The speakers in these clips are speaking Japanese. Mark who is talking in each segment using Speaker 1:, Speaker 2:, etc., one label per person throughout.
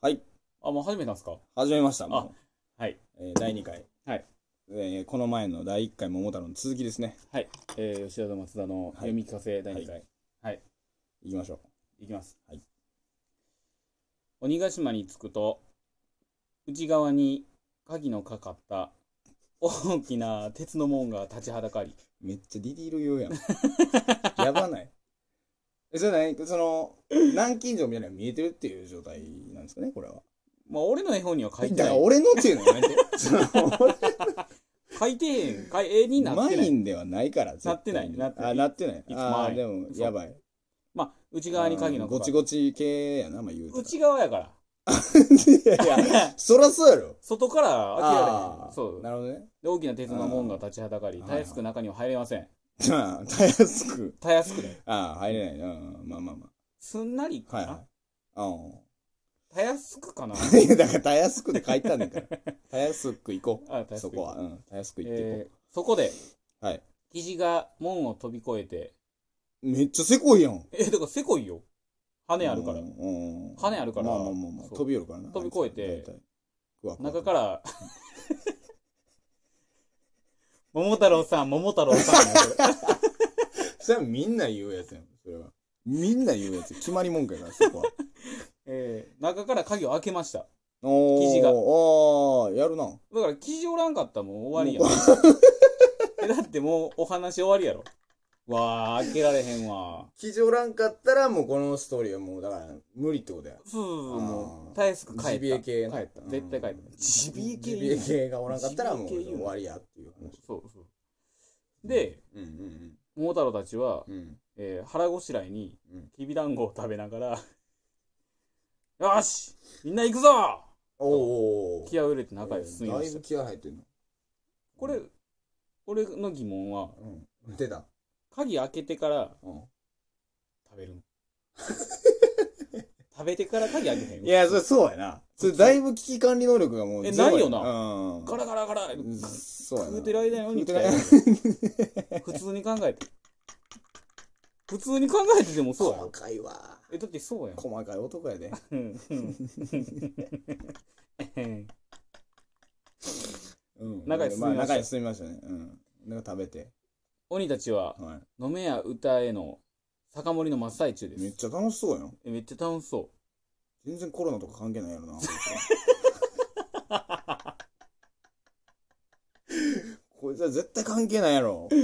Speaker 1: はい。
Speaker 2: あ、もう始めたんですか
Speaker 1: 始めました。も。
Speaker 2: あはいう
Speaker 1: えー第2回。
Speaker 2: はい。
Speaker 1: えーこの前の第1回桃太郎の続きですね。
Speaker 2: はい。えー、吉田と松田の読み聞かせ第2回、い、
Speaker 1: 行きましょう。
Speaker 2: きます。
Speaker 1: はい。
Speaker 2: 鬼ヶ島に着くと、内側に鍵のかかった大きな鉄の門が立ちはだかり、
Speaker 1: めっちゃディティール用やん。 やばない。え、それ何その、南京錠みたいなのが見えてるっていう状態なんですかね、これは。
Speaker 2: まあ、俺の絵本には書いて
Speaker 1: だ
Speaker 2: な
Speaker 1: から
Speaker 2: い。
Speaker 1: 俺のっていうのやめ て。その、
Speaker 2: 書いてへん。か絵になっ
Speaker 1: マ
Speaker 2: てな
Speaker 1: イ
Speaker 2: い。
Speaker 1: ンではないから、絶対に
Speaker 2: なってないなってない
Speaker 1: あ、なってない。
Speaker 2: つも
Speaker 1: あ
Speaker 2: は
Speaker 1: あ、
Speaker 2: い
Speaker 1: でも、
Speaker 2: そう
Speaker 1: やばい。
Speaker 2: まあ、内側に鍵の
Speaker 1: あーご
Speaker 2: かか
Speaker 1: ち
Speaker 2: っ
Speaker 1: ごち系やな、まあ言う
Speaker 2: た。
Speaker 1: た
Speaker 2: 内側やから。
Speaker 1: ら。いやいや、そらそうやろ。
Speaker 2: 外から開けられ
Speaker 1: あ
Speaker 2: へん。
Speaker 1: ー
Speaker 2: そう。
Speaker 1: なるほどね。
Speaker 2: で大きな鉄の門が立ちはだかり、
Speaker 1: うん
Speaker 2: たやすく中には入れません。
Speaker 1: じゃあ、たやすく。
Speaker 2: たやすくね。
Speaker 1: ああ、入れないな。うんまあまあます
Speaker 2: んなり
Speaker 1: あ。
Speaker 2: か
Speaker 1: はい
Speaker 2: な、
Speaker 1: はい。
Speaker 2: たやすくかな
Speaker 1: うん。いやだから、たやすくで書いたんだから。たやすく行こ
Speaker 2: あたや
Speaker 1: う。
Speaker 2: す
Speaker 1: そ
Speaker 2: く
Speaker 1: こは。うん。たやすく行っていこ
Speaker 2: えーそこで、
Speaker 1: はい
Speaker 2: キジが門を飛び越えて、
Speaker 1: う。めっちゃせこいやん。
Speaker 2: え、だからせこいよ。羽あるから
Speaker 1: う。ん。
Speaker 2: 羽あるから
Speaker 1: まあまあまあまあ
Speaker 2: そう
Speaker 1: 飛び降るからな。
Speaker 2: 飛び越えて
Speaker 1: あいつら大体。ふわふわ
Speaker 2: 中か。ら、桃太郎さん、桃太郎さ ん。
Speaker 1: それはみんな言うやつやん。それは。みんな言うやつ。決まり文句やから、そこ は。
Speaker 2: えー中から鍵を開けました。
Speaker 1: おー。
Speaker 2: 生地が
Speaker 1: おー、やるな。
Speaker 2: だから、キジおらんかったらもう終わりやん。え、だってもうお話終わりやろ。わあ、開けられへんわ。
Speaker 1: 記事おらんかったら、もうこのストーリーはもう、だから、無理ってことや。
Speaker 2: そうそうそう、
Speaker 1: あー
Speaker 2: もう、たやすく帰った。
Speaker 1: ジビエ系
Speaker 2: 帰
Speaker 1: な
Speaker 2: った。絶対帰っ
Speaker 1: うん
Speaker 2: た。ジビエ系
Speaker 1: ジビエ系がおらんかったらもう
Speaker 2: ジビエ系
Speaker 1: 終わりやっていう話。
Speaker 2: そうそう。で、
Speaker 1: うんうん
Speaker 2: 桃太郎たちは、
Speaker 1: うん。うん。
Speaker 2: えー腹ごしらえに
Speaker 1: うん、
Speaker 2: きびだんごを食べながら、よしみんな行くぞ
Speaker 1: おお。
Speaker 2: 気合を入れて中へ進みま
Speaker 1: だい
Speaker 2: し
Speaker 1: ぶ
Speaker 2: た。
Speaker 1: 気合入ってんの。
Speaker 2: これ、俺の疑問は、
Speaker 1: うん。出た。
Speaker 2: 鍵開けてから
Speaker 1: うん。
Speaker 2: 食べるん 食べてから鍵開けへん
Speaker 1: いや、それそうやな。それだいぶ危機管理能力がもう
Speaker 2: え
Speaker 1: ゼロや。
Speaker 2: ないよな
Speaker 1: うん。
Speaker 2: ガラガラガラ
Speaker 1: うんそうやな。
Speaker 2: 食うてる間に鬼来たやん
Speaker 1: 食うてる
Speaker 2: 普通に考えて。普通に考えててもそう
Speaker 1: 間
Speaker 2: や
Speaker 1: 細
Speaker 2: ろ。
Speaker 1: かいわ。
Speaker 2: え、だってそうやん。
Speaker 1: 細かい男やで。
Speaker 2: うんうん
Speaker 1: うん
Speaker 2: 中へ進みました
Speaker 1: あ中へ進みましたね。うん。なんか食べて。
Speaker 2: 鬼たちは
Speaker 1: は
Speaker 2: 飲めや歌への酒盛りの真っ最中で
Speaker 1: い。めっ
Speaker 2: す。
Speaker 1: ちゃ楽しそうやん。
Speaker 2: えめっちゃ楽しそ
Speaker 1: 全然コロナとか関係ない やろな。こいつは絶対関係ないやろ。
Speaker 2: う。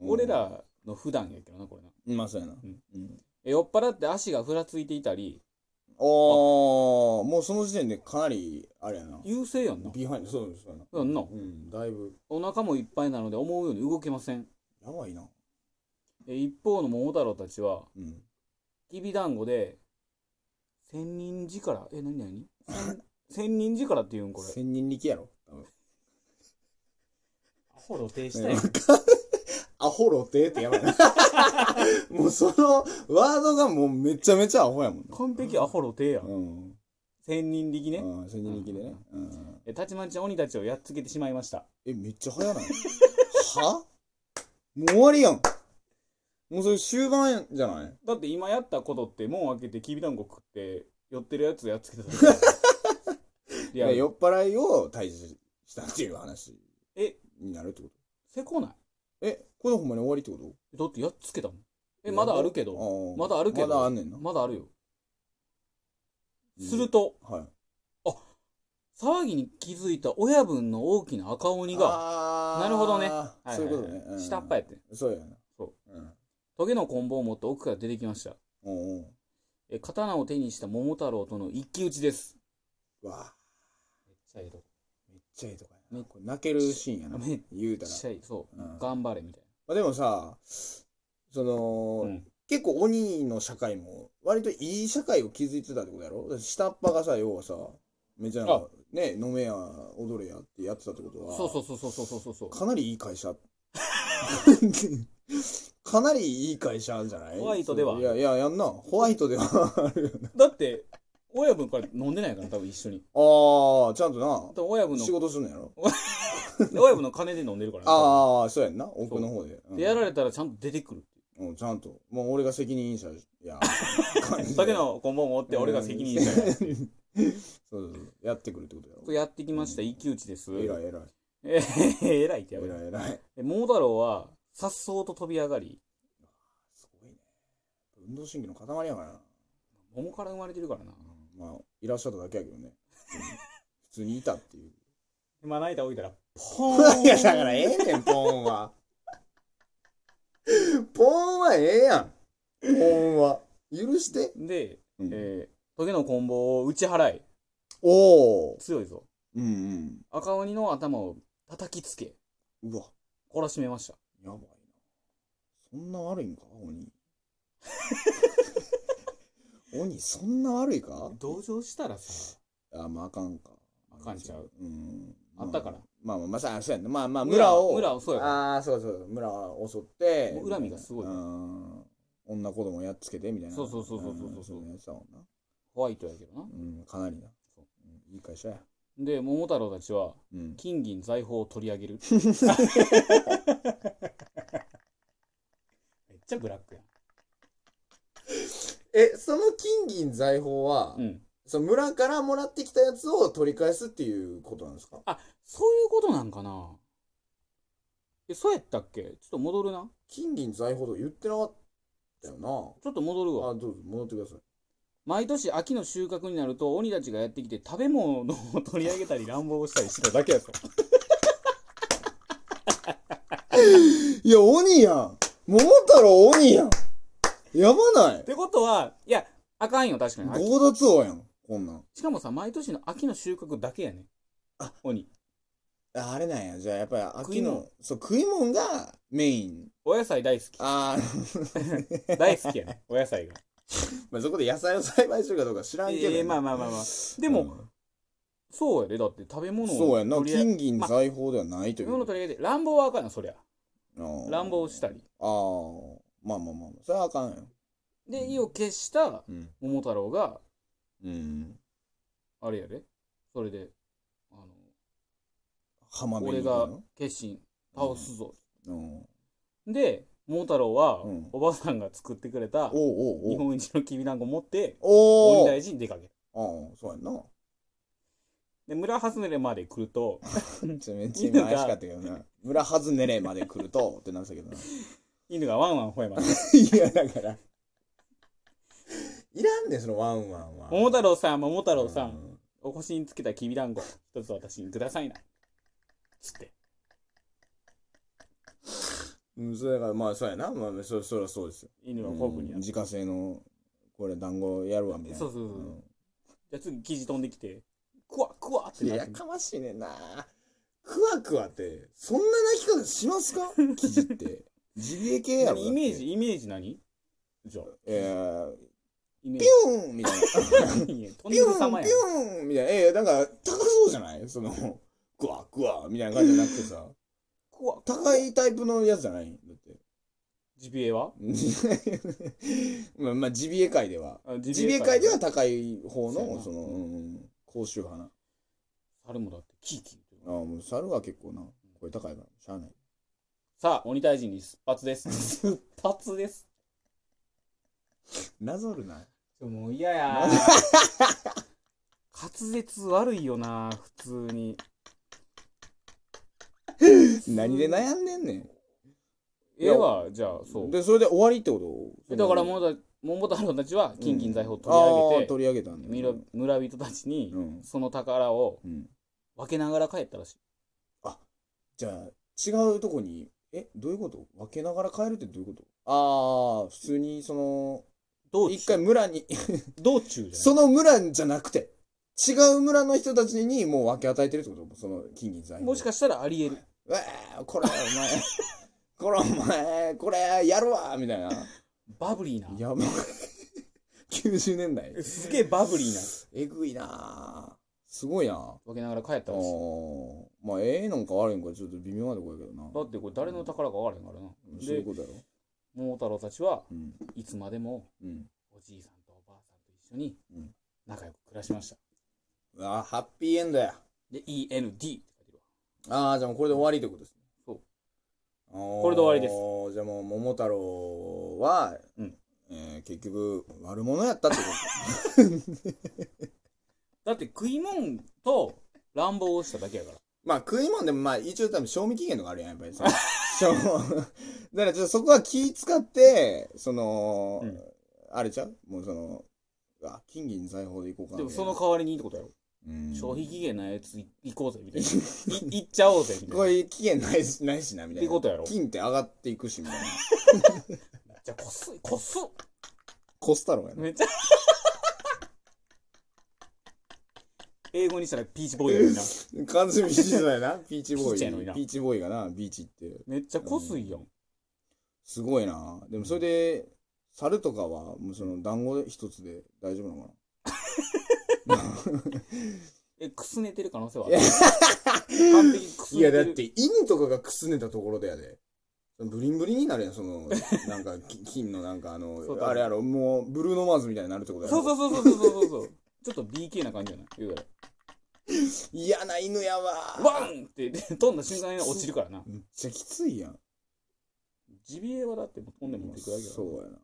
Speaker 2: 俺、らの普段やけどな、これな。
Speaker 1: うん、まあそうやな。
Speaker 2: ん
Speaker 1: うん
Speaker 2: え酔っ払って足がふらついていたり、
Speaker 1: おー、もうその時点でかなり、あれやな。
Speaker 2: 優勢やんな。
Speaker 1: ビハインド、そうですそうやな。
Speaker 2: そうやんな
Speaker 1: うん、だいぶ、
Speaker 2: お腹もいっぱいなので思うように動けません。
Speaker 1: やばいな。
Speaker 2: え一方の桃太郎たちは、
Speaker 1: うん。
Speaker 2: きびだんごで、千人力、え、何 何千千人力って言うんこれ。
Speaker 1: 千人力やろ。多分
Speaker 2: アホ露呈
Speaker 1: ねアホロテってやばい な。もうそのワードがもうめちゃめちゃアホやもんな。
Speaker 2: 完璧アホ露呈やん。
Speaker 1: うん。
Speaker 2: 千人力ね。
Speaker 1: うん、千人力でね。うん。
Speaker 2: えたちまち鬼たちをやっつけてしまいました。
Speaker 1: え、めっちゃ早ないはもう終わりやん。もうそれ終盤やんじゃない
Speaker 2: だって今やったことって門開けてきびだんご食って寄ってるやつやっつけただけだ から
Speaker 1: い
Speaker 2: リアル
Speaker 1: 酔っ払いを退治したっていう話
Speaker 2: え
Speaker 1: になるってこ
Speaker 2: せこない
Speaker 1: とえ、これほんまに終わりってこと
Speaker 2: だってやっつけたもんえまだあるけど
Speaker 1: ど
Speaker 2: まだあるけど
Speaker 1: まだあんねんな。
Speaker 2: まだあるよ
Speaker 1: うん
Speaker 2: すると
Speaker 1: はい。
Speaker 2: 騒ぎに気づいた親分の大きな赤鬼が
Speaker 1: が
Speaker 2: なるほどねはいはいはい
Speaker 1: そういうことね。うん
Speaker 2: 下っ端やってん
Speaker 1: そうやな。。
Speaker 2: そう
Speaker 1: うん。
Speaker 2: トゲの棍棒を持って奥から出てきました
Speaker 1: おうお
Speaker 2: え刀を手にした桃太郎との一騎打ちです
Speaker 1: うわあ
Speaker 2: めっちゃいいと
Speaker 1: めっちゃいいとこや
Speaker 2: め
Speaker 1: な。
Speaker 2: っ
Speaker 1: これ泣けるシーンやな。
Speaker 2: めっ
Speaker 1: 言う
Speaker 2: め
Speaker 1: た
Speaker 2: っ
Speaker 1: ら。
Speaker 2: ちゃいいそう、
Speaker 1: うん
Speaker 2: 頑張れみたい
Speaker 1: まあでもさ、そ
Speaker 2: な、
Speaker 1: の、
Speaker 2: うん
Speaker 1: 結構鬼の社会も割といい社会を築いてたってことやろだって下っ端がさ要はさめちゃ
Speaker 2: あ
Speaker 1: ね飲めや踊れやってやってたってことは
Speaker 2: そうそうそうそうそうそうそう
Speaker 1: かなりいい 会社かなりいい会社じゃない
Speaker 2: ホワイトでは
Speaker 1: そういやいややんなホワイトでは あるよ
Speaker 2: だって親分から飲んでないから多分一緒 に
Speaker 1: なああちゃん
Speaker 2: 多
Speaker 1: と
Speaker 2: 分親
Speaker 1: な
Speaker 2: 分の
Speaker 1: 仕事すんのやろ
Speaker 2: 親分の金で飲んでるからね、多
Speaker 1: ああそうやんな奥の方で
Speaker 2: 分
Speaker 1: うん
Speaker 2: でやられたらちゃんと出てくるってい
Speaker 1: うんちゃ んともう俺が責任者や
Speaker 2: うだけのこんばん持って俺が責任者やって
Speaker 1: そうそうそうやってくるってことやろ
Speaker 2: これやってきました、
Speaker 1: うん
Speaker 2: 一騎打ちです。
Speaker 1: えらいえらい
Speaker 2: えーえらいってやば
Speaker 1: え
Speaker 2: い。
Speaker 1: らいえらい
Speaker 2: え桃太郎は、さっそうと飛び上がり、
Speaker 1: すごいね運動神経の塊やからな、
Speaker 2: 桃から生まれてるからな。
Speaker 1: うんまあいらっしゃっただけやけどねうん普通にいたっていう
Speaker 2: まな板置いたら、ポ
Speaker 1: いや、だからええねん、ポーンは。ポーンはええや ん。ポーンは。許して。
Speaker 2: で、
Speaker 1: うん
Speaker 2: えー、トゲの棍棒を打ち払い、
Speaker 1: おー。
Speaker 2: 強いぞ。
Speaker 1: うん
Speaker 2: 赤鬼の頭を叩きつけ、
Speaker 1: うん。うわ、
Speaker 2: 懲らしめました。
Speaker 1: やばいな。そんな悪いんか、鬼。 鬼、そんな悪いか
Speaker 2: 同情したらさ、
Speaker 1: あ、まあ、あかんか。
Speaker 2: あかんちゃう。
Speaker 1: うん。
Speaker 2: あったから。
Speaker 1: まあまあ、まあ、そうやね。まあまあ、
Speaker 2: 村
Speaker 1: 村
Speaker 2: を
Speaker 1: を。
Speaker 2: 村をそうや
Speaker 1: ああ、そうそうそう。村を襲って。
Speaker 2: もう恨みがすごい
Speaker 1: うん。女子供をやっつけてみたいな。
Speaker 2: そうそうそうそうそうそう
Speaker 1: そいのやってたもんな。
Speaker 2: ホワイトやけどな。
Speaker 1: うん、かなりな
Speaker 2: そう。
Speaker 1: うんいい会社や。
Speaker 2: で、桃太郎たちは、
Speaker 1: うん。
Speaker 2: 金銀財宝を取り上げる。めっちゃブラックや
Speaker 1: え、その金銀財宝は、
Speaker 2: ん。うん。
Speaker 1: その村からもらってきたやつを取り返すっていうことなんですか
Speaker 2: そういうことなんかなえ、そうやったっけちょっと戻るな。
Speaker 1: 金銀財宝とか言ってなかったよな。
Speaker 2: ちょっと戻るわ
Speaker 1: あ、。どうぞ、戻ってください。
Speaker 2: 毎年秋の収穫になると鬼たちがやってきて食べ物を取り上げたり乱暴したりして ただけやぞ。
Speaker 1: いや、鬼やん桃太郎鬼やんやばな
Speaker 2: っ
Speaker 1: い
Speaker 2: てことは、いや、あかんよ、確かに。秋
Speaker 1: 強奪王やん、こんなん。
Speaker 2: しかもさ、毎年の秋の収穫だけやね。
Speaker 1: あ、
Speaker 2: 鬼。
Speaker 1: ああれなんや、じゃあやっぱり
Speaker 2: 食い
Speaker 1: 秋
Speaker 2: 物
Speaker 1: の、そう、食い物がメイン。
Speaker 2: お野菜大好き。
Speaker 1: ああ、
Speaker 2: 大好きやね。お野菜が。
Speaker 1: まあそこで野菜を栽培するかどうか知らんけどね、
Speaker 2: ええまあまあまあまあ。でも、そうやで、だって食べ
Speaker 1: うん、
Speaker 2: 物を
Speaker 1: そうやんな、
Speaker 2: 取り上げ
Speaker 1: 金銀財宝ではないとい
Speaker 2: 食
Speaker 1: う
Speaker 2: べ。物取り上げて、乱暴はあかんよ、そりゃ。
Speaker 1: あー
Speaker 2: 乱暴したり。
Speaker 1: ああまあまあまあまあそれはあかんよ
Speaker 2: で、意を決した
Speaker 1: うん
Speaker 2: 桃太郎が、
Speaker 1: うん
Speaker 2: あれやで。それで、あの、
Speaker 1: 浜辺
Speaker 2: 俺
Speaker 1: に行く
Speaker 2: が
Speaker 1: の
Speaker 2: 決心、倒すぞ。
Speaker 1: うんおう
Speaker 2: で、桃太郎は、
Speaker 1: うん
Speaker 2: おばさんが作ってくれた、日
Speaker 1: おうおう
Speaker 2: 本一のきびだんご持って、
Speaker 1: お
Speaker 2: 鬼
Speaker 1: お
Speaker 2: 大事に出かける。
Speaker 1: ああそうやんな
Speaker 2: で、村外れまで来る と、
Speaker 1: ちょめっちゃ今怪しかったけどな村はずねれまで来るとってなってた けどな
Speaker 2: 犬がワンワン吠えます。
Speaker 1: いやだからいらんねんそのワンワンは
Speaker 2: 桃太郎さん、桃太郎さ、
Speaker 1: うん
Speaker 2: お腰につけたきびだんご、一つ私にくださいな。つって。
Speaker 1: うんそれだからまあそうやなまあそそりゃそうですよ
Speaker 2: 犬がフォークにや
Speaker 1: うん
Speaker 2: る。
Speaker 1: 自家製のこれ団子やるわみたいな
Speaker 2: そうそうそう
Speaker 1: うん
Speaker 2: じゃあ次生地飛んできて、くわくわって
Speaker 1: いや、
Speaker 2: なっ
Speaker 1: や
Speaker 2: て。
Speaker 1: かましいねんな。クワクワって、そんな泣き方しますか記事って。ジビエ系やろ。
Speaker 2: イメージ、イメージ何じゃあ、
Speaker 1: えー、
Speaker 2: イメー
Speaker 1: ピューンみたいな。
Speaker 2: ジ。いやトン
Speaker 1: ピ
Speaker 2: ネ
Speaker 1: ュ
Speaker 2: ル
Speaker 1: ー
Speaker 2: 様
Speaker 1: ン、
Speaker 2: や
Speaker 1: ピューンみたいな。えー、なんか、高そうじゃないその、クワクワみたいな感じじゃなくてさ。
Speaker 2: くわ
Speaker 1: 高いタイプのやつじゃないだって。
Speaker 2: ジビエは
Speaker 1: まあ、まあ、ジビエ界では。
Speaker 2: あ
Speaker 1: ジビエ界では高い方
Speaker 2: そうや
Speaker 1: の、
Speaker 2: な
Speaker 1: その、うんうん、高周波な。
Speaker 2: 猿もだってキーキー言う
Speaker 1: ああ、もう猿は結構な、これ高いから、しゃあない。
Speaker 2: さあ、鬼退治に出発です。出発です。
Speaker 1: なぞるな。
Speaker 2: ちょもう嫌 や。滑舌悪いよな、普通に。
Speaker 1: 何で悩んでんねん。
Speaker 2: 絵は、じゃあ、そう。
Speaker 1: で、それで終わりってこと
Speaker 2: えだから
Speaker 1: う、
Speaker 2: 桃太桃太郎たちは金銀財宝を
Speaker 1: あー
Speaker 2: 取
Speaker 1: 取り上げたんだ
Speaker 2: り上げて、村村人たちに
Speaker 1: うん
Speaker 2: その宝を
Speaker 1: うん
Speaker 2: 分けながら帰ったらしい。
Speaker 1: じゃあ、違うとこに、え、どういうこと分けながら帰るってどういうことああ、普通に、その、
Speaker 2: 道中
Speaker 1: 一回村に、
Speaker 2: 道中じゃ
Speaker 1: その村じゃなくて、違う村の人たちにもう分け与えてるってことその金銀財
Speaker 2: ない
Speaker 1: 宝。
Speaker 2: もしかしたらありえる。
Speaker 1: うわーこれ、お 前、これ、お前、これ、やるわみたいな。
Speaker 2: バブリーな。
Speaker 1: やばい。90年代。
Speaker 2: すげえバブリーな。
Speaker 1: えぐいなーすごいなー
Speaker 2: 分けながら帰ったらしい。
Speaker 1: ああ、まあ、ええなんか悪いんか、ちょっと微妙なとこやけどな。
Speaker 2: だってこれ誰の宝か分からへんからな。
Speaker 1: うんそう
Speaker 2: で
Speaker 1: いう、ことやろ。
Speaker 2: 桃太郎たちは
Speaker 1: うん。
Speaker 2: いつまでも
Speaker 1: うん。
Speaker 2: おじいさんとおばあさんと一緒に
Speaker 1: うん
Speaker 2: 仲良く暮らしました。
Speaker 1: うわあ、ハッピーエンドや。
Speaker 2: で、END って書いてるわ。
Speaker 1: ああ、じゃあもうこれで終わりってことですね。
Speaker 2: そう
Speaker 1: あー。
Speaker 2: これで終わりです
Speaker 1: じゃあもう、桃太郎は、
Speaker 2: うん
Speaker 1: えー結局、悪者やったってこ
Speaker 2: だだって食い物と乱暴をしただけやから。
Speaker 1: まあ食い物でもまあ一応多分賞味期限とかあるやん、やっぱりさ。 賞 だからちょっとそこは気使って、その、
Speaker 2: うん
Speaker 1: あれちゃうもうその、あ、金銀財宝でいこうかな。
Speaker 2: でもその代わりにいいってことやろ。
Speaker 1: うん、
Speaker 2: 消費期限ないやつい行こうぜみたいな。い行っちゃおうぜみたい
Speaker 1: こ
Speaker 2: な。
Speaker 1: れ期限ないし、ないしな、みたい
Speaker 2: ってことや
Speaker 1: な
Speaker 2: ろ。
Speaker 1: 金って上がっていくし、みたいな。
Speaker 2: じゃあこっそいこっそ
Speaker 1: コスタローやな。
Speaker 2: めっちゃ英語にしたらピーチボーイやねんな
Speaker 1: 完全にビーチ だよな。ピーチボー
Speaker 2: ちっちゃいのに
Speaker 1: イ。
Speaker 2: な
Speaker 1: ピーチボーイがな、ビーチって。
Speaker 2: めっちゃこすいやん
Speaker 1: すごいな。でもそれで、猿とかは、もうその団子一つで大丈夫なのか
Speaker 2: えくすねてる可能性はあ
Speaker 1: いや
Speaker 2: る完璧にくす
Speaker 1: な
Speaker 2: ね
Speaker 1: い
Speaker 2: て
Speaker 1: や、
Speaker 2: る
Speaker 1: だって犬とかがくすねたところでやで。ブリンブリンになるやん、その、なんか、 き金のなんかあの
Speaker 2: そう、だね
Speaker 1: あれやろ、もう、ブルーノマーズみたいになるってことやろ。
Speaker 2: そうそうそうそうそうそうそうちょっと BK な感じじゃない言うたら
Speaker 1: 嫌な犬やわ。
Speaker 2: ワンってで飛んだ瞬間に落ちるからな
Speaker 1: めっちゃきついやん。
Speaker 2: ジビエはだってもう飛んでも
Speaker 1: まあ
Speaker 2: いくだけだから
Speaker 1: そうやな。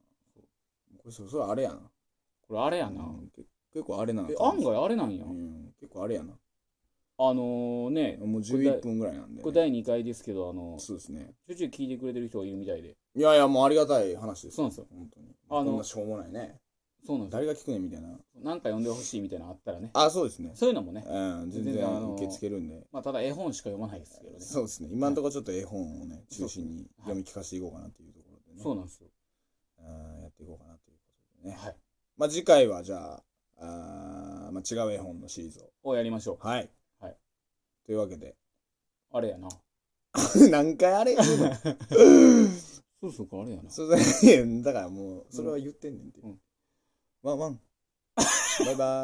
Speaker 1: これ、そそれあれやな。
Speaker 2: これあれやな
Speaker 1: うんけ結構あれなの
Speaker 2: え
Speaker 1: かも
Speaker 2: 案
Speaker 1: しれん
Speaker 2: 外あれなんや
Speaker 1: うん、結構あれやな。
Speaker 2: あのね
Speaker 1: もう11分ぐらいなんで、
Speaker 2: これ第2回ですけどあの
Speaker 1: そうですね。
Speaker 2: ちょいちょい聞いてくれてる人がいるみたいで
Speaker 1: いやいや、もうありがたい話です。
Speaker 2: そうなんですよ。
Speaker 1: 本当に。
Speaker 2: あの
Speaker 1: こんなしょうもないね。
Speaker 2: そうなんですよ
Speaker 1: 誰が聞くねんみたいな。
Speaker 2: なんか呼んでほしいみたいなのあったらね
Speaker 1: あ、そうですね。
Speaker 2: そういうのもね
Speaker 1: うん、全
Speaker 2: 全然あ
Speaker 1: 然
Speaker 2: の
Speaker 1: 受け付けるんで。
Speaker 2: まあ、ただ絵本しか読まないですけどね。
Speaker 1: そうですね。今のところちょっと絵本をね、中心に
Speaker 2: はい
Speaker 1: 読み聞かせていこうかなっていうところでね。
Speaker 2: そうなんですよ。
Speaker 1: うんやっていこうかなということでね。
Speaker 2: はい。
Speaker 1: まあ次回はじゃあ、あーまあ違う絵本のシリーズを。
Speaker 2: をやりましょ
Speaker 1: はい。
Speaker 2: はい。
Speaker 1: というわけで、
Speaker 2: う。あれやな。
Speaker 1: 何回あれ言うの
Speaker 2: そうそうか、あれやな。
Speaker 1: そ れだからもう、それは言ってんねんて
Speaker 2: うん。
Speaker 1: ワンワン。バイバイ。